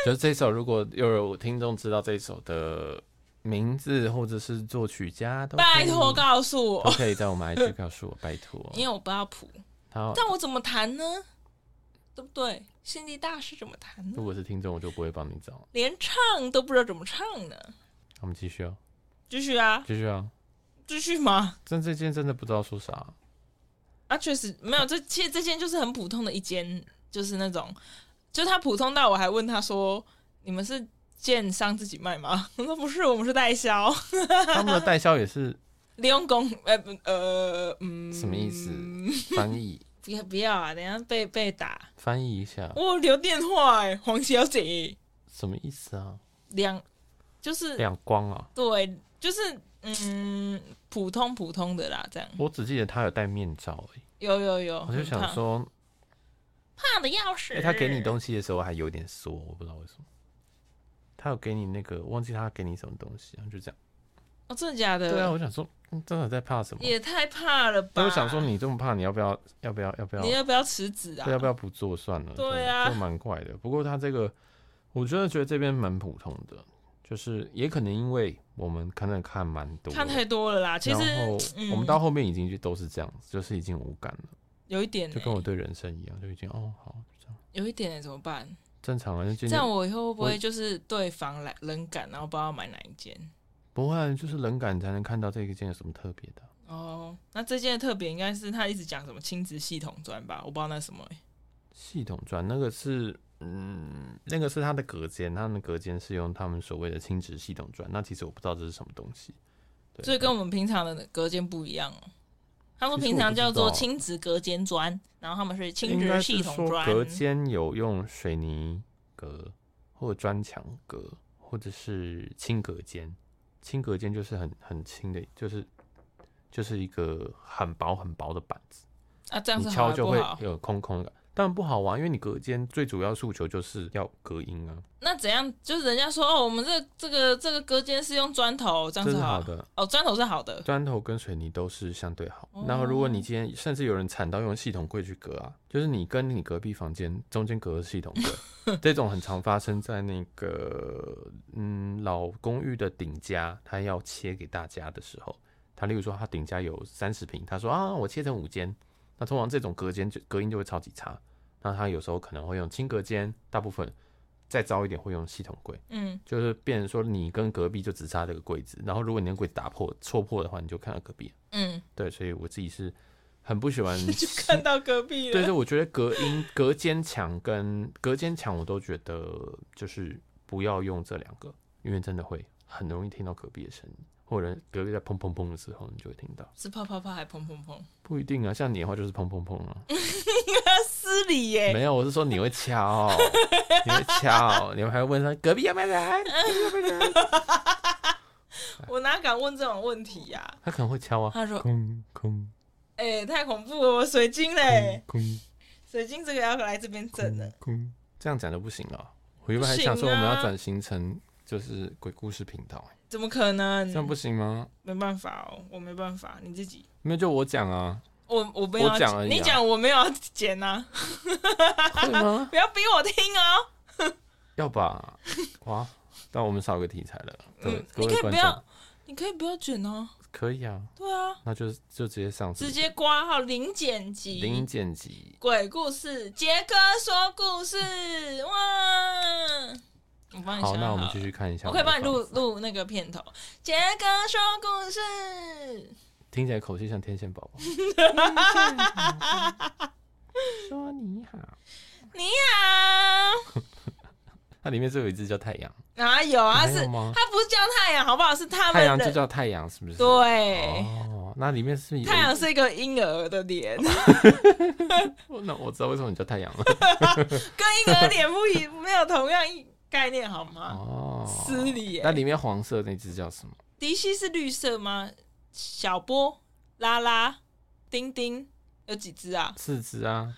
[SPEAKER 3] 就是这首，如果又有听众知道这首的名字或者是作曲家，都可
[SPEAKER 1] 拜
[SPEAKER 3] 以
[SPEAKER 1] 托告诉
[SPEAKER 3] 都
[SPEAKER 1] 我，
[SPEAKER 3] 可以在我们 IG 告诉我，拜托。
[SPEAKER 1] 因为我不要谱。
[SPEAKER 3] 他
[SPEAKER 1] 但我怎么弹呢？对不对？心理大师怎么弹呢？
[SPEAKER 3] 如果是听众，我就不会帮你找。
[SPEAKER 1] 连唱都不知道怎么唱呢？
[SPEAKER 3] 我们继续哦，
[SPEAKER 1] 继续啊，
[SPEAKER 3] 继续啊。
[SPEAKER 1] 继续嘛。
[SPEAKER 3] 但这件真的不知道说啥、
[SPEAKER 1] 啊，确实没有，这其实这间就是很普通的一间，就是那种，就他普通到我还问他说：“你们是建商自己卖吗？”我说：“不是，我们是代销，
[SPEAKER 3] 他们的代销也是
[SPEAKER 1] 利用公呃不呃嗯，
[SPEAKER 3] 什么意思？翻译，
[SPEAKER 1] 不要不要啊，等一下被被打。
[SPEAKER 3] 翻译一下，
[SPEAKER 1] 我有留电话哎、黄小姐，
[SPEAKER 3] 什么意思啊？
[SPEAKER 1] 两就是
[SPEAKER 3] 亮光啊！
[SPEAKER 1] 对，就是嗯，普通普通的啦，这样
[SPEAKER 3] 我只记得他有戴面罩而已，
[SPEAKER 1] 有有有，
[SPEAKER 3] 我就
[SPEAKER 1] 哦很
[SPEAKER 3] 想
[SPEAKER 1] 胖
[SPEAKER 3] 说，
[SPEAKER 1] 胖的要死。
[SPEAKER 3] 哎、他给你东西的时候还有点缩，我不知道为什么。他有给你那个，忘记他给你什么东西，然后啊就这样。
[SPEAKER 1] 哦，真的假的？
[SPEAKER 3] 对啊，我想说，嗯真的在怕什么？
[SPEAKER 1] 也太怕了吧！
[SPEAKER 3] 但我想说，你这么怕，你要不要？要不要？要不要？
[SPEAKER 1] 你要不要辞职啊？
[SPEAKER 3] 对，要不要不做算了？
[SPEAKER 1] 对啊
[SPEAKER 3] 这蛮怪的。不过他这个，我真的觉得这边蛮普通的，就是也可能因为我们看的看蛮多的，
[SPEAKER 1] 看太多了啦。其实
[SPEAKER 3] 啊然后
[SPEAKER 1] 嗯
[SPEAKER 3] 我们到后面已经就都是这样子，就是已经无感了，
[SPEAKER 1] 有一点欸、
[SPEAKER 3] 就跟我对人生一样，就已经哦好就这样
[SPEAKER 1] 有一点、欸、怎么办？
[SPEAKER 3] 正常啊了，就
[SPEAKER 1] 这
[SPEAKER 3] 渐渐
[SPEAKER 1] 样我以后会不
[SPEAKER 3] 我
[SPEAKER 1] 会就是对房来冷感，然后不知道买哪一间？
[SPEAKER 3] 不会啊就是冷感才能看到这个件有什么特别的啊。
[SPEAKER 1] 哦，那这件的特别应该是他一直讲什么亲子系统砖吧，我不知道那是什么、欸。
[SPEAKER 3] 系统砖那个是，嗯，那个是它的隔间，他们的隔间是用他们所谓的轻质系统砖。那其实我不知道这是什么东西，对，
[SPEAKER 1] 所以跟我们平常的隔间不一样哦。他们
[SPEAKER 3] 其实
[SPEAKER 1] 平
[SPEAKER 3] 我
[SPEAKER 1] 常
[SPEAKER 3] 不
[SPEAKER 1] 叫
[SPEAKER 3] 知
[SPEAKER 1] 做
[SPEAKER 3] 道
[SPEAKER 1] 亲子隔间砖，然后他们是亲
[SPEAKER 3] 应该
[SPEAKER 1] 子
[SPEAKER 3] 是
[SPEAKER 1] 系统
[SPEAKER 3] 说
[SPEAKER 1] 砖。
[SPEAKER 3] 隔间有用水泥隔或者砖墙隔，或者是轻隔间。轻隔间就是很很轻的，就是就是一个很薄很薄的板子，
[SPEAKER 1] 啊，这样
[SPEAKER 3] 你
[SPEAKER 1] 是好
[SPEAKER 3] 敲
[SPEAKER 1] 还是
[SPEAKER 3] 就
[SPEAKER 1] 不
[SPEAKER 3] 会
[SPEAKER 1] 好？
[SPEAKER 3] 有空空的感。当然不好玩，因为你隔间最主要诉求就是要隔音啊，
[SPEAKER 1] 那怎样？就是人家说哦，我们这这个这个隔间是用砖头，这样
[SPEAKER 3] 这
[SPEAKER 1] 是
[SPEAKER 3] 是好
[SPEAKER 1] 好。
[SPEAKER 3] 的。
[SPEAKER 1] 哦，砖头是好的。
[SPEAKER 3] 砖头跟水泥都是相对好。然后如果你今天甚至有人惨到用系统柜去隔啊，就是你跟你隔壁房间中间隔的系统柜，这种很常发生在那个嗯老公寓的顶家，他要切给大家的时候，他例如说他顶家有三十平，他说啊我切成五间，那通常这种隔间就隔音就会超级差。那他有时候可能会用轻隔间，大部分再糟一点会用系统柜。
[SPEAKER 1] 嗯，
[SPEAKER 3] 就是变成说你跟隔壁就只差这个柜子，然后如果你的柜子打破、戳破的话，你就看到隔壁。
[SPEAKER 1] 嗯，
[SPEAKER 3] 对，所以我自己是很不喜欢。
[SPEAKER 1] 就看到隔壁
[SPEAKER 3] 对
[SPEAKER 1] 了。
[SPEAKER 3] 对，我觉得隔音、隔间墙跟隔间墙，我都觉得就是不要用这两个，因为真的会很容易听到隔壁的声音，或者隔壁在砰砰砰的时候，你就会听到。
[SPEAKER 1] 是啪啪啪还砰砰砰？
[SPEAKER 3] 不一定啊，像你的话就是砰砰砰啊，
[SPEAKER 1] 失礼耶！
[SPEAKER 3] 没有，我是说你会敲，你会敲，你们还会问他隔壁有没有人，
[SPEAKER 1] 我哪敢问这种问题呀、
[SPEAKER 3] 他可能会敲啊，
[SPEAKER 1] 他说
[SPEAKER 3] 空空：“
[SPEAKER 1] 哎、太恐怖了，我水晶嘞，
[SPEAKER 3] 空。
[SPEAKER 1] 水晶这个要来这边整
[SPEAKER 3] 嗯
[SPEAKER 1] 了。
[SPEAKER 3] 这样讲就不行了。我原本还
[SPEAKER 1] 不行
[SPEAKER 3] 想说我们
[SPEAKER 1] 啊
[SPEAKER 3] 要转型成就是鬼故事频道，
[SPEAKER 1] 怎么可能？
[SPEAKER 3] 这样不行吗？
[SPEAKER 1] 没办法哦，我没办法，你自己，
[SPEAKER 3] 没有，就我讲啊，
[SPEAKER 1] 我我没有要
[SPEAKER 3] 我讲而已啊
[SPEAKER 1] 你讲我没有要剪啊，
[SPEAKER 3] 会吗？
[SPEAKER 1] 不要逼我听哦。
[SPEAKER 3] 要吧？哇，但我们少一个题材了。对，
[SPEAKER 1] 嗯
[SPEAKER 3] 各位
[SPEAKER 1] 你可以
[SPEAKER 3] 观
[SPEAKER 1] 不要
[SPEAKER 3] 众，
[SPEAKER 1] 你可以不要剪哦，
[SPEAKER 3] 可以啊，
[SPEAKER 1] 对啊，
[SPEAKER 3] 那就就直接上
[SPEAKER 1] 直接挂号零剪辑，
[SPEAKER 3] 零音剪辑。
[SPEAKER 1] 鬼故事，杰哥说故事，哇！我帮你想
[SPEAKER 3] 好，那我们
[SPEAKER 1] 好
[SPEAKER 3] 继续看一下。
[SPEAKER 1] 我可以帮你录，录那个片头，杰哥说故事。
[SPEAKER 3] 听起来口气像天线宝 宝。说你好，
[SPEAKER 1] 你好，
[SPEAKER 3] 它里面是有一只叫太阳，
[SPEAKER 1] 哪有啊？
[SPEAKER 3] 没
[SPEAKER 1] 是
[SPEAKER 3] 有吗
[SPEAKER 1] 它不是叫太阳，好不好？是他
[SPEAKER 3] 太阳
[SPEAKER 1] 们
[SPEAKER 3] 就
[SPEAKER 1] 的
[SPEAKER 3] 叫太阳，是不是？。
[SPEAKER 1] 对。
[SPEAKER 3] 哦，那里面是不是有
[SPEAKER 1] 太
[SPEAKER 3] 一
[SPEAKER 1] 阳是一个婴儿的脸，
[SPEAKER 3] 哦那我知道为什么你叫太阳 了。
[SPEAKER 1] 跟婴儿的脸不一，没有同样一概念好吗？
[SPEAKER 3] 哦，
[SPEAKER 1] 失礼耶
[SPEAKER 3] 那里面黄色那只叫什么？
[SPEAKER 1] 迪西是绿色吗？小波、拉拉、丁丁有几只啊？
[SPEAKER 3] 四只啊，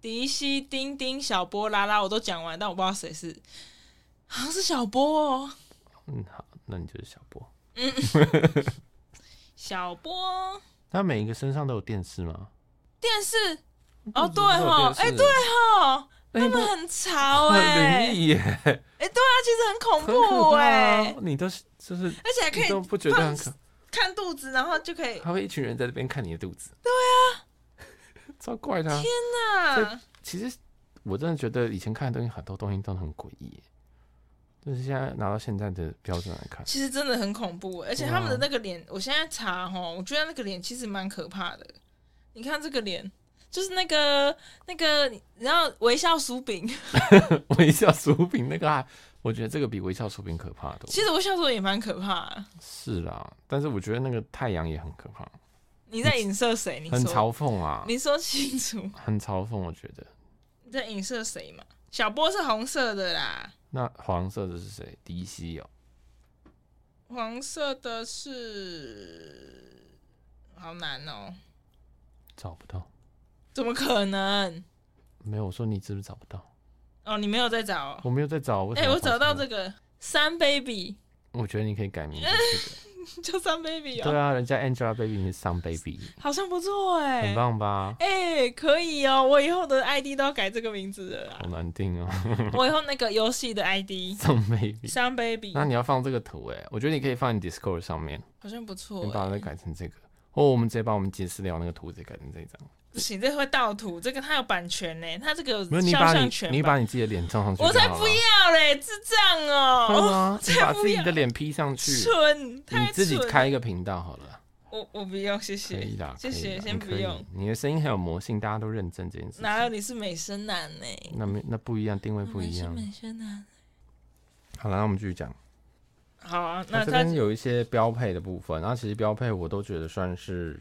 [SPEAKER 1] 迪西、丁丁、小波、拉拉，我都讲完，但我不知道谁是，好像是小波哦。
[SPEAKER 3] 嗯，好，那你就是小波。
[SPEAKER 1] 小波
[SPEAKER 3] 它每一个身上都有电视吗？
[SPEAKER 1] 电视哦，对
[SPEAKER 3] 肚子都有
[SPEAKER 1] 哦，
[SPEAKER 3] 电
[SPEAKER 1] 哎、
[SPEAKER 3] 视
[SPEAKER 1] 对哦，
[SPEAKER 3] 哎
[SPEAKER 1] 他
[SPEAKER 3] 不
[SPEAKER 1] 们很潮
[SPEAKER 3] 很
[SPEAKER 1] 哎、
[SPEAKER 3] 灵异耶，很
[SPEAKER 1] 哎、对啊，其实很恐
[SPEAKER 3] 可
[SPEAKER 1] 怖
[SPEAKER 3] 怕
[SPEAKER 1] 哎、
[SPEAKER 3] 啊 你都是就是
[SPEAKER 1] 而且还可
[SPEAKER 3] 你都
[SPEAKER 1] 以
[SPEAKER 3] 不觉得很可，
[SPEAKER 1] 看肚子，然后就可以，
[SPEAKER 3] 还会一群人在这边看你的肚子。对啊，超怪的啊。
[SPEAKER 1] 那
[SPEAKER 3] 其实我真的觉得以前看的东西很多东西都很诡异耶，就是现在拿到现在的标准来看，
[SPEAKER 1] 其实真的很恐怖，而且
[SPEAKER 3] 对啊
[SPEAKER 1] 他们的那个脸，我现在查哈，我觉得那个脸其实蛮可怕的。你看这个脸，就是那个那个，然后微笑薯饼，
[SPEAKER 3] 微笑薯饼那个啊，我觉得这个比微笑薯饼可怕多。
[SPEAKER 1] 其实微笑薯饼也蛮可怕啊的。
[SPEAKER 3] 是啦，但是我觉得那个太阳也很可怕，
[SPEAKER 1] 你在影射谁？你
[SPEAKER 3] 很
[SPEAKER 1] 说，
[SPEAKER 3] 嘲讽啊，
[SPEAKER 1] 你说清楚，
[SPEAKER 3] 很嘲讽。我觉得
[SPEAKER 1] 你在影射谁嘛？小波是红色的啦，
[SPEAKER 3] 那黄色的是谁？迪西哦，
[SPEAKER 1] 黄色的是好难哦，
[SPEAKER 3] 找不到。
[SPEAKER 1] 怎么可能？
[SPEAKER 3] 没有，我说你是不是找不到？
[SPEAKER 1] 哦，你没有在找哦、
[SPEAKER 3] 我没有在找。为什
[SPEAKER 1] 哎、
[SPEAKER 3] 么
[SPEAKER 1] 我找到
[SPEAKER 3] 黄色
[SPEAKER 1] 这个三 baby，
[SPEAKER 3] 我觉得你可以改名字。
[SPEAKER 1] 就三 baby 哦，
[SPEAKER 3] 对啊，人家 Angelababy 你是 Sun Baby，
[SPEAKER 1] 好像不错哎、
[SPEAKER 3] 很棒吧？
[SPEAKER 1] 哎、可以哦！我以后的 ID 都要改这个名字了
[SPEAKER 3] 好
[SPEAKER 1] 啦。
[SPEAKER 3] 难定哦
[SPEAKER 1] 我以后那个游戏的 ID
[SPEAKER 3] ，Sun Baby。
[SPEAKER 1] 三 baby
[SPEAKER 3] 那你要放这个图哎，我觉得你可以放你 Discord 上面，
[SPEAKER 1] 好像不错
[SPEAKER 3] 你
[SPEAKER 1] 欸、
[SPEAKER 3] 把它改成这个，或我们直接把我们解释聊那个图直接改成这张。
[SPEAKER 1] 不行，这会盗图，这个它有版权呢、它这个
[SPEAKER 3] 没有，
[SPEAKER 1] 有
[SPEAKER 3] 你
[SPEAKER 1] 肖
[SPEAKER 3] 把
[SPEAKER 1] 像
[SPEAKER 3] 你
[SPEAKER 1] 权
[SPEAKER 3] 你
[SPEAKER 1] 吧
[SPEAKER 3] 把你自己的脸照上去就好
[SPEAKER 1] 我
[SPEAKER 3] 了，
[SPEAKER 1] 才不要嘞，智障哦、
[SPEAKER 3] 会吗？你
[SPEAKER 1] 才
[SPEAKER 3] 把
[SPEAKER 1] 不
[SPEAKER 3] 自己
[SPEAKER 1] 要
[SPEAKER 3] 的脸 P 上去，
[SPEAKER 1] 蠢，
[SPEAKER 3] 你
[SPEAKER 1] 太
[SPEAKER 3] 自己
[SPEAKER 1] 蠢
[SPEAKER 3] 开一个频道好了，
[SPEAKER 1] 我我不用，谢
[SPEAKER 3] 可
[SPEAKER 1] 谢
[SPEAKER 3] 以啦，，
[SPEAKER 1] 谢
[SPEAKER 3] 可以
[SPEAKER 1] 谢，
[SPEAKER 3] 啦
[SPEAKER 1] 先
[SPEAKER 3] 你
[SPEAKER 1] 不
[SPEAKER 3] 可以
[SPEAKER 1] 用。
[SPEAKER 3] 你的声音很有魔性，大家都认真这件事情。
[SPEAKER 1] 哪有你是美声男欸呢、
[SPEAKER 3] 那没那不一样，定位
[SPEAKER 1] 我
[SPEAKER 3] 不
[SPEAKER 1] 们
[SPEAKER 3] 一
[SPEAKER 1] 是
[SPEAKER 3] 样。
[SPEAKER 1] 美声男。
[SPEAKER 3] 好了，那我们继续讲。
[SPEAKER 1] 好啊，
[SPEAKER 3] 那
[SPEAKER 1] 那
[SPEAKER 3] 这
[SPEAKER 1] 他
[SPEAKER 3] 边有一些标配的部分，然后其实标配我都觉得算是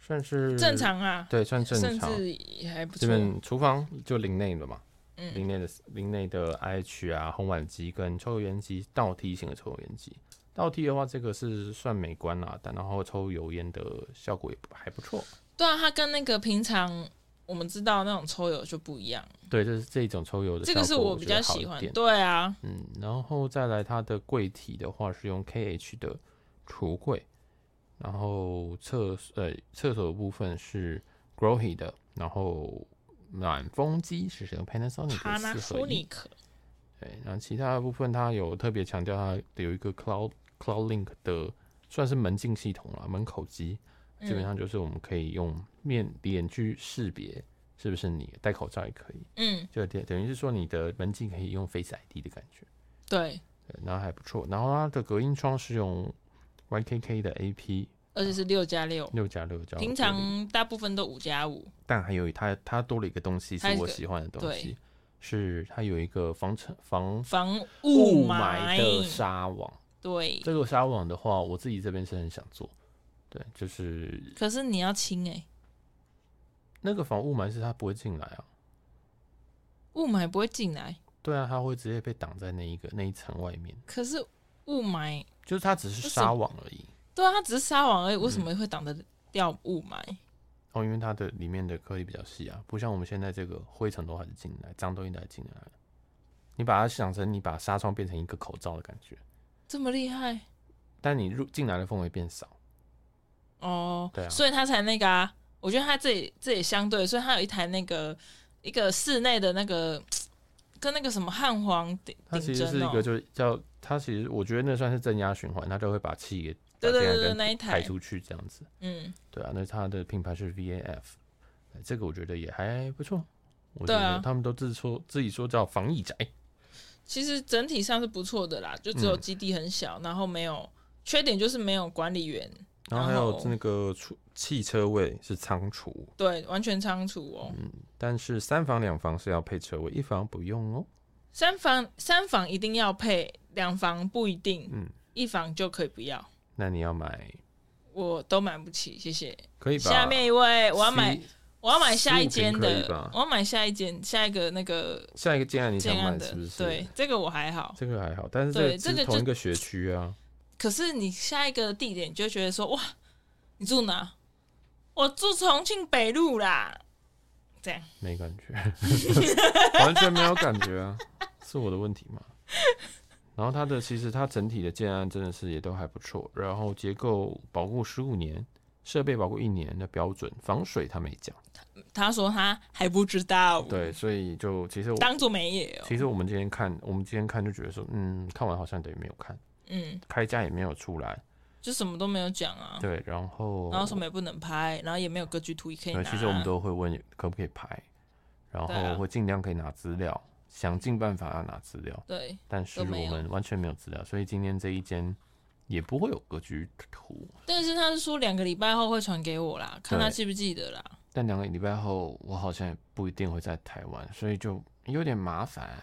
[SPEAKER 3] 算是
[SPEAKER 1] 正，常啊，
[SPEAKER 3] 对，算正
[SPEAKER 1] 甚
[SPEAKER 3] 常。
[SPEAKER 1] 至也还不
[SPEAKER 3] 这
[SPEAKER 1] 错。
[SPEAKER 3] 边厨房就零内的嘛，
[SPEAKER 1] 嗯，
[SPEAKER 3] 林内的林内的 IH 啊，烘碗机跟抽油烟机倒梯型的抽油烟机。倒梯的话，这个是算美观啦，但然后抽油烟的效果也还不错。
[SPEAKER 1] 对啊，它跟那个平常我们知道那种抽油就不一样，
[SPEAKER 3] 对，就是这一种抽油的效
[SPEAKER 1] 这
[SPEAKER 3] 果
[SPEAKER 1] 个是我
[SPEAKER 3] 我
[SPEAKER 1] 比
[SPEAKER 3] 觉
[SPEAKER 1] 较
[SPEAKER 3] 得好一
[SPEAKER 1] 喜欢
[SPEAKER 3] 点。。
[SPEAKER 1] 对啊，
[SPEAKER 3] 嗯，然后再来它的柜体的话是用 KH 的橱柜，然后厕呃厕所的部分是 Grohe 的，然后暖风机是使用 Panasonic
[SPEAKER 1] 帕纳
[SPEAKER 3] 的四合
[SPEAKER 1] 索
[SPEAKER 3] 一
[SPEAKER 1] 尼。克，
[SPEAKER 3] 对，然后其他的部分它有特别强调它有一个 Cloud Cloud Link 的算是门禁系统啦，门口机，基本
[SPEAKER 1] 嗯
[SPEAKER 3] 上就是我们可以用面脸去识别是不是你，戴口罩也可以，
[SPEAKER 1] 嗯，
[SPEAKER 3] 就等等于是说你的门禁可以用 Face ID 的感觉。
[SPEAKER 1] 对，
[SPEAKER 3] 对，那还不错。然后它的隔音窗是用 YKK 的 AP
[SPEAKER 1] 而且是六加六，
[SPEAKER 3] 六加六加，
[SPEAKER 1] 平常大部分都五加五，
[SPEAKER 3] 但还有它它多了一个东西是
[SPEAKER 1] 还有一
[SPEAKER 3] 我
[SPEAKER 1] 个
[SPEAKER 3] 喜欢的东
[SPEAKER 1] 对
[SPEAKER 3] 西，是它有一个防尘防
[SPEAKER 1] 防
[SPEAKER 3] 雾霾的
[SPEAKER 1] 霾，
[SPEAKER 3] 纱网。
[SPEAKER 1] 对。
[SPEAKER 3] 这个纱网的话，我自己这边是很想做。对，就是
[SPEAKER 1] 可是你要清哎、
[SPEAKER 3] 那个防雾霾是它不会进来啊，
[SPEAKER 1] 雾霾不会进来，
[SPEAKER 3] 对啊，它会直接被挡在那一个那一层外面，
[SPEAKER 1] 可是雾霾，
[SPEAKER 3] 就是它只是
[SPEAKER 1] 为什
[SPEAKER 3] 纱
[SPEAKER 1] 么
[SPEAKER 3] 网而已。
[SPEAKER 1] 对啊，它只是纱网而已，为什么
[SPEAKER 3] 嗯
[SPEAKER 1] 会挡得掉雾霾？
[SPEAKER 3] 哦，因为它的里面的颗粒比较细啊，不像我们现在这个灰尘都还是进来，脏东西都还进来了。你把它想成你把纱窗变成一个口罩的感觉，
[SPEAKER 1] 这么厉害
[SPEAKER 3] 但你入进来的氛围变少。
[SPEAKER 1] 哦，
[SPEAKER 3] 对啊
[SPEAKER 1] 所以他才那个啊。我觉得他这里这也相对，所以他有一台那个一个室内的那个跟那个什么汉皇顶
[SPEAKER 3] 它其
[SPEAKER 1] 顶
[SPEAKER 3] 实是
[SPEAKER 1] 针
[SPEAKER 3] 一个
[SPEAKER 1] 哦，
[SPEAKER 3] 就是叫它其实我觉得那算是正压循环，它就会把气给
[SPEAKER 1] 对对
[SPEAKER 3] 把这样
[SPEAKER 1] 对对，
[SPEAKER 3] 跟
[SPEAKER 1] 那一
[SPEAKER 3] 排
[SPEAKER 1] 台，
[SPEAKER 3] 出去这样子。
[SPEAKER 1] 嗯，
[SPEAKER 3] 对啊，那它的品牌是 VAF，呃这个我觉得也还不错。我觉
[SPEAKER 1] 对啊
[SPEAKER 3] 得他们都自说自己说叫防疫宅，
[SPEAKER 1] 其实整体上是不错的啦，就只有
[SPEAKER 3] 嗯
[SPEAKER 1] 基地很小，然后没有缺点就是没有管理员，
[SPEAKER 3] 然后还
[SPEAKER 1] 然
[SPEAKER 3] 有
[SPEAKER 1] 后
[SPEAKER 3] 那个出汽车位是仓储，
[SPEAKER 1] 对，完全仓储哦。
[SPEAKER 3] 嗯但是三房两房是要配车位，一房不用哦。
[SPEAKER 1] 三房三房一定要配，两房不一定，
[SPEAKER 3] 嗯
[SPEAKER 1] 一房就可以不要，
[SPEAKER 3] 那你要买
[SPEAKER 1] 我都买不起，谢谢。
[SPEAKER 3] 可以吧？
[SPEAKER 1] 下面一位，我要
[SPEAKER 3] C-
[SPEAKER 1] 买。我要买下一间
[SPEAKER 3] 15平可以
[SPEAKER 1] 的
[SPEAKER 3] 吧，
[SPEAKER 1] 我要买下一间下一个那个
[SPEAKER 3] 下一个建案你想
[SPEAKER 1] 建案
[SPEAKER 3] 买
[SPEAKER 1] 的，
[SPEAKER 3] 是不是？
[SPEAKER 1] 对，，这个我还好。
[SPEAKER 3] 这个还好，但是
[SPEAKER 1] 对
[SPEAKER 3] 这
[SPEAKER 1] 这个
[SPEAKER 3] 个是
[SPEAKER 1] 就
[SPEAKER 3] 同一个学区啊。
[SPEAKER 1] 可是你下一个地点，你就会觉得说，哇，你住哪？我住重庆北路啦。这样，
[SPEAKER 3] 没感 觉，完全没有感觉啊，是我的问题吗？然后它的其实它整体的建案真的是也都还不错，然后结构保护十五年，设备保护一年的标准，防水他没讲，
[SPEAKER 1] 他说他还不知道，
[SPEAKER 3] 对，，所以就其实我
[SPEAKER 1] 当做没也哦。
[SPEAKER 3] 其实我们今天看，我们今天看就觉得说，嗯，看完好像等于没有看，
[SPEAKER 1] 嗯，
[SPEAKER 3] 开价也没有出来，
[SPEAKER 1] 就什么都没有讲啊，
[SPEAKER 3] 对，然后
[SPEAKER 1] 然后什么也不能拍，然后也没有歌剧图也可以拿。
[SPEAKER 3] 对，其实我们都会问可不可以排，然
[SPEAKER 1] 对啊
[SPEAKER 3] 后会尽量可以拿资料，想尽办法要拿资料，
[SPEAKER 1] 对
[SPEAKER 3] 但是
[SPEAKER 1] 都
[SPEAKER 3] 我
[SPEAKER 1] 没有
[SPEAKER 3] 们完全没有资料，所以今天这一间也不会有格局图。
[SPEAKER 1] 但是他是说两个礼拜后会传给我啦，看他
[SPEAKER 3] 对
[SPEAKER 1] 记不记得啦。
[SPEAKER 3] 但两个礼拜后，我好像也不一定会在台湾，所以就有点麻烦啊、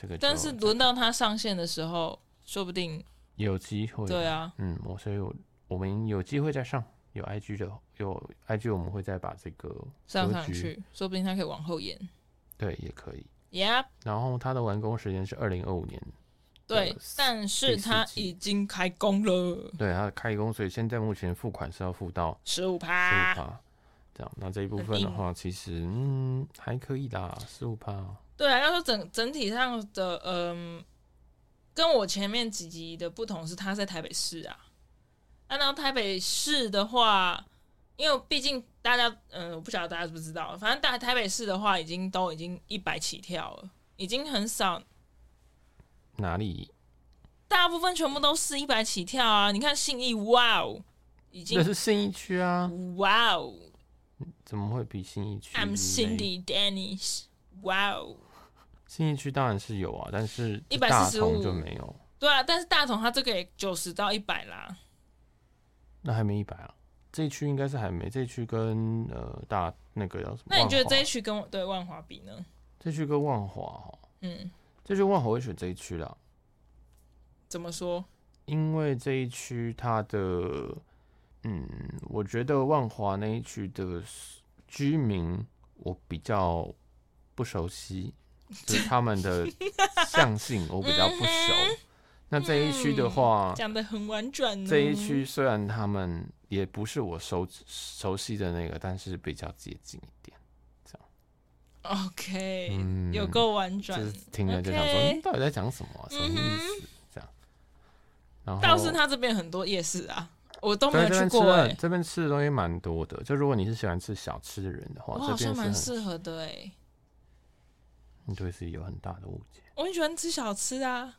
[SPEAKER 3] 这个就
[SPEAKER 1] 但是轮到他上线的时候，说不定
[SPEAKER 3] 有机会，
[SPEAKER 1] 对，啊，
[SPEAKER 3] 嗯，我所以我我们有机会再上，有 IG 的有 IG，我们会再把这个
[SPEAKER 1] 上
[SPEAKER 3] 格
[SPEAKER 1] 上
[SPEAKER 3] 局
[SPEAKER 1] 去，说不定他可以往后延。
[SPEAKER 3] 对也可以。
[SPEAKER 1] Yeah，
[SPEAKER 3] 然后它的完工时间是二零二五年，
[SPEAKER 1] 对
[SPEAKER 3] 四，
[SPEAKER 1] 但是
[SPEAKER 3] 第四
[SPEAKER 1] 他
[SPEAKER 3] 季
[SPEAKER 1] 已经开工了，
[SPEAKER 3] 对它的开工，所以现在目前付款是要付到
[SPEAKER 1] 十五
[SPEAKER 3] 十五
[SPEAKER 1] 趴。
[SPEAKER 3] 趴，这样。那这一部
[SPEAKER 1] 很
[SPEAKER 3] 分的
[SPEAKER 1] 硬
[SPEAKER 3] 话，其实嗯还可以啦，十五趴。
[SPEAKER 1] 对啊，要说整整体上的，嗯，跟我前面几集的不同是，他在台北市啊，按照台北市的话，因为毕竟大家，嗯、我不晓得大家知不知道，反正大台北市的话，已经都已经一百起跳了，已经很少，
[SPEAKER 3] 哪里？
[SPEAKER 1] 大部分全部都是一百起跳啊。你看信义，哇哦，已经
[SPEAKER 3] 那是信义区啊，
[SPEAKER 1] 哇哦
[SPEAKER 3] 怎么会比信义区
[SPEAKER 1] ，I'm
[SPEAKER 3] 嘞
[SPEAKER 1] Cindy Dennis，哇哦，
[SPEAKER 3] 信义区当然是有啊，但是
[SPEAKER 1] 145
[SPEAKER 3] 大同就没有，
[SPEAKER 1] 对啊，但是大同它这个也九十到一百啦，
[SPEAKER 3] 那还没一百啊。这一区应该是还没，这一区跟呃大那个叫什么？
[SPEAKER 1] 那你觉得这一
[SPEAKER 3] 区？
[SPEAKER 1] 区跟我对万华比呢？
[SPEAKER 3] 这区跟万华哦，
[SPEAKER 1] 嗯，
[SPEAKER 3] 这区万华我会选这一区啦，
[SPEAKER 1] 怎么说？
[SPEAKER 3] 因为这一区它的，嗯，我觉得万华那一区的 s- 居民我比较不 熟悉，就是他们的相性我比较不熟。
[SPEAKER 1] 嗯
[SPEAKER 3] 那这一区的话，
[SPEAKER 1] 讲的很婉转、哦。
[SPEAKER 3] 这一区虽然他们也不是我熟熟悉的那个，但是比较接近一点。
[SPEAKER 1] ，OK，、
[SPEAKER 3] 嗯
[SPEAKER 1] 有够婉转
[SPEAKER 3] 就是。听了就想说，
[SPEAKER 1] OK
[SPEAKER 3] 嗯到底在讲什么、啊？什么意
[SPEAKER 1] 嗯
[SPEAKER 3] 思？这样。然后
[SPEAKER 1] 倒是他这边很多夜市啊，我都没
[SPEAKER 3] 对
[SPEAKER 1] 有
[SPEAKER 3] 这
[SPEAKER 1] 去
[SPEAKER 3] 边吃
[SPEAKER 1] 过哎、
[SPEAKER 3] 的这边吃的东西蛮多的，就如果你是喜欢吃小吃的人的话
[SPEAKER 1] 我，
[SPEAKER 3] 这
[SPEAKER 1] 哦好
[SPEAKER 3] 边
[SPEAKER 1] 像
[SPEAKER 3] 是
[SPEAKER 1] 蛮
[SPEAKER 3] 很
[SPEAKER 1] 适合的哎、
[SPEAKER 3] 你对自己有很大的误解。
[SPEAKER 1] 我很喜欢吃小吃 啊。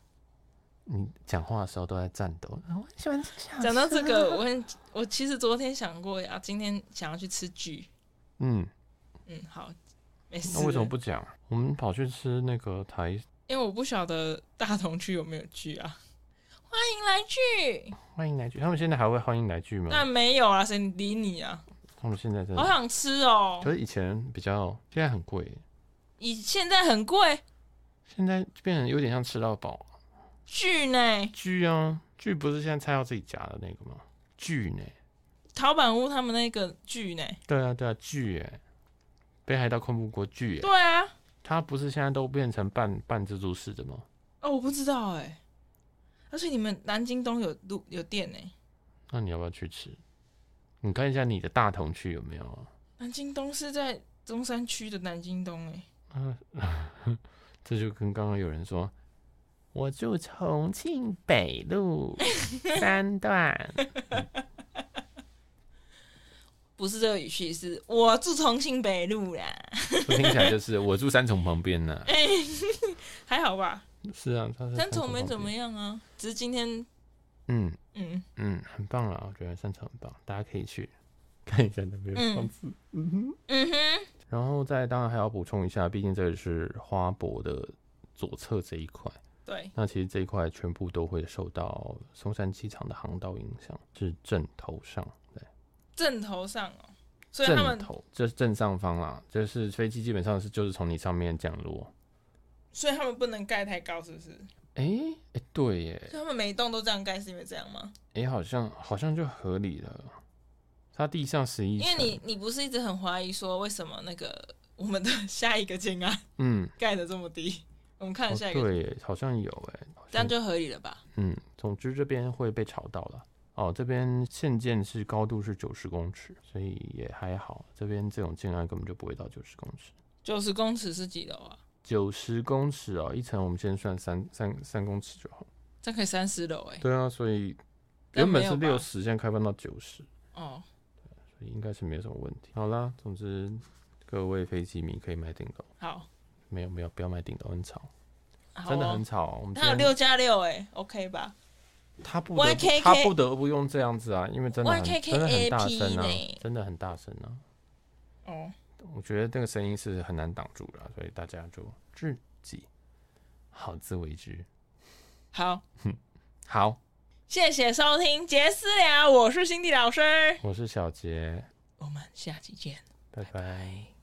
[SPEAKER 3] 你讲话的时候都在战斗，啊我很喜欢吃小吃。
[SPEAKER 1] 讲到这个，我很我其实昨天想过呀、今天想要去吃剧。
[SPEAKER 3] 嗯，
[SPEAKER 1] 嗯，好，没事。
[SPEAKER 3] 那为什么？不讲？啊我们跑去吃那个台，
[SPEAKER 1] 因为我不晓得大同区有没有剧啊。欢迎来剧，
[SPEAKER 3] 欢迎来剧，他们现在还会欢迎来剧吗？
[SPEAKER 1] 但没有啊，谁理你啊？
[SPEAKER 3] 他们现在真
[SPEAKER 1] 好
[SPEAKER 3] 的，
[SPEAKER 1] 想吃哦
[SPEAKER 3] 可，是以前比较，现在很贵，
[SPEAKER 1] 以现在很贵
[SPEAKER 3] 现在变成有点像吃到饱。
[SPEAKER 1] 剧呢。
[SPEAKER 3] 剧啊，剧不是现在菜要自己夹的那个吗？剧呢？
[SPEAKER 1] 陶板屋他们那个剧呢？
[SPEAKER 3] 对啊，对啊，剧哎、北海道恐怖国剧哎、
[SPEAKER 1] 对啊，
[SPEAKER 3] 它不是现在都变成半半自助式的吗？
[SPEAKER 1] 哦，我不知道哎、而且你们南京东有路有店呢、
[SPEAKER 3] 那你要不要去吃？你看一下你的大同区有没有啊？
[SPEAKER 1] 南京东是在中山区的南京东哎、
[SPEAKER 3] 这就跟刚刚有人说，我住重庆北路 三段，
[SPEAKER 1] 不是这个语气，是我住重庆北路啦。
[SPEAKER 3] 这听起来就是我住三重旁边呢、
[SPEAKER 1] 哎、 还好吧，
[SPEAKER 3] 是啊，它是
[SPEAKER 1] 三重没
[SPEAKER 3] 旁
[SPEAKER 1] 怎么
[SPEAKER 3] 边。
[SPEAKER 1] 样啊，只是今天
[SPEAKER 3] 嗯
[SPEAKER 1] 嗯，
[SPEAKER 3] 嗯，很棒了，我觉得三重很棒，大家可以去看一下那边的
[SPEAKER 1] 嗯
[SPEAKER 3] 房子。
[SPEAKER 1] 嗯哼，
[SPEAKER 3] 然后再当然还要补充一下，毕竟这里是花博的左侧这一块。
[SPEAKER 1] 对，
[SPEAKER 3] 那其实这一块全部都会受到松山机场的航道影响，是正头上，对，
[SPEAKER 1] 正头上哦，所以他
[SPEAKER 3] 正
[SPEAKER 1] 们，
[SPEAKER 3] 头，这是正上方啦，就是飞机基本上是就是从你上面降落。
[SPEAKER 1] 所以他们不能盖太高，是不是？
[SPEAKER 3] 哎、诶对耶，
[SPEAKER 1] 所以他们每一栋都这样盖，是因为这样吗？
[SPEAKER 3] 哎、好像好像就合理了。它地上十一
[SPEAKER 1] 因为
[SPEAKER 3] 层，
[SPEAKER 1] 你你不是一直很怀疑说为什么那个 我们的下一个建案
[SPEAKER 3] 嗯，
[SPEAKER 1] 盖的这么低？我们看
[SPEAKER 3] 哦
[SPEAKER 1] 了下一个，
[SPEAKER 3] 对耶，好像有哎，好
[SPEAKER 1] 这样
[SPEAKER 3] 像
[SPEAKER 1] 就合理了吧？
[SPEAKER 3] 嗯，总之这边会被吵到了。哦，这边线建是高度是九十公尺，所以也还好。这边这种建案根本就不会到九十公尺。
[SPEAKER 1] 九十公尺是几楼啊？
[SPEAKER 3] 九十公尺哦，一层我们先算三三三公尺就好。
[SPEAKER 1] 这样可以三十楼哎。
[SPEAKER 3] 对啊，所以
[SPEAKER 1] 但
[SPEAKER 3] 原本
[SPEAKER 1] 没有
[SPEAKER 3] 是
[SPEAKER 1] 吧
[SPEAKER 3] 六十，现在开放到九十，
[SPEAKER 1] 哦，
[SPEAKER 3] 所以应该是没有什么问题。好啦，总之各位飞机迷可以买顶楼，
[SPEAKER 1] 好，
[SPEAKER 3] 没有没有，不要买顶楼，很吵，
[SPEAKER 1] 好哦
[SPEAKER 3] 真的很吵哦。我们今
[SPEAKER 1] 它有
[SPEAKER 3] 天
[SPEAKER 1] 六加六哎，OK 吧
[SPEAKER 3] 他不得不
[SPEAKER 1] YKK
[SPEAKER 3] 他不得不用这样子啊，因为真的很真的很大声啊
[SPEAKER 1] YKKAP 呢，
[SPEAKER 3] 真的很大声啊。
[SPEAKER 1] 哦，
[SPEAKER 3] 我觉得这个声音是很难挡住的啊，所以大家就自己好自为之。
[SPEAKER 1] 好，
[SPEAKER 3] 好，
[SPEAKER 1] 谢谢收听杰私聊，我是辛迪老师，
[SPEAKER 3] 我是小杰，
[SPEAKER 1] 我们下期见，
[SPEAKER 3] 拜拜
[SPEAKER 1] 拜。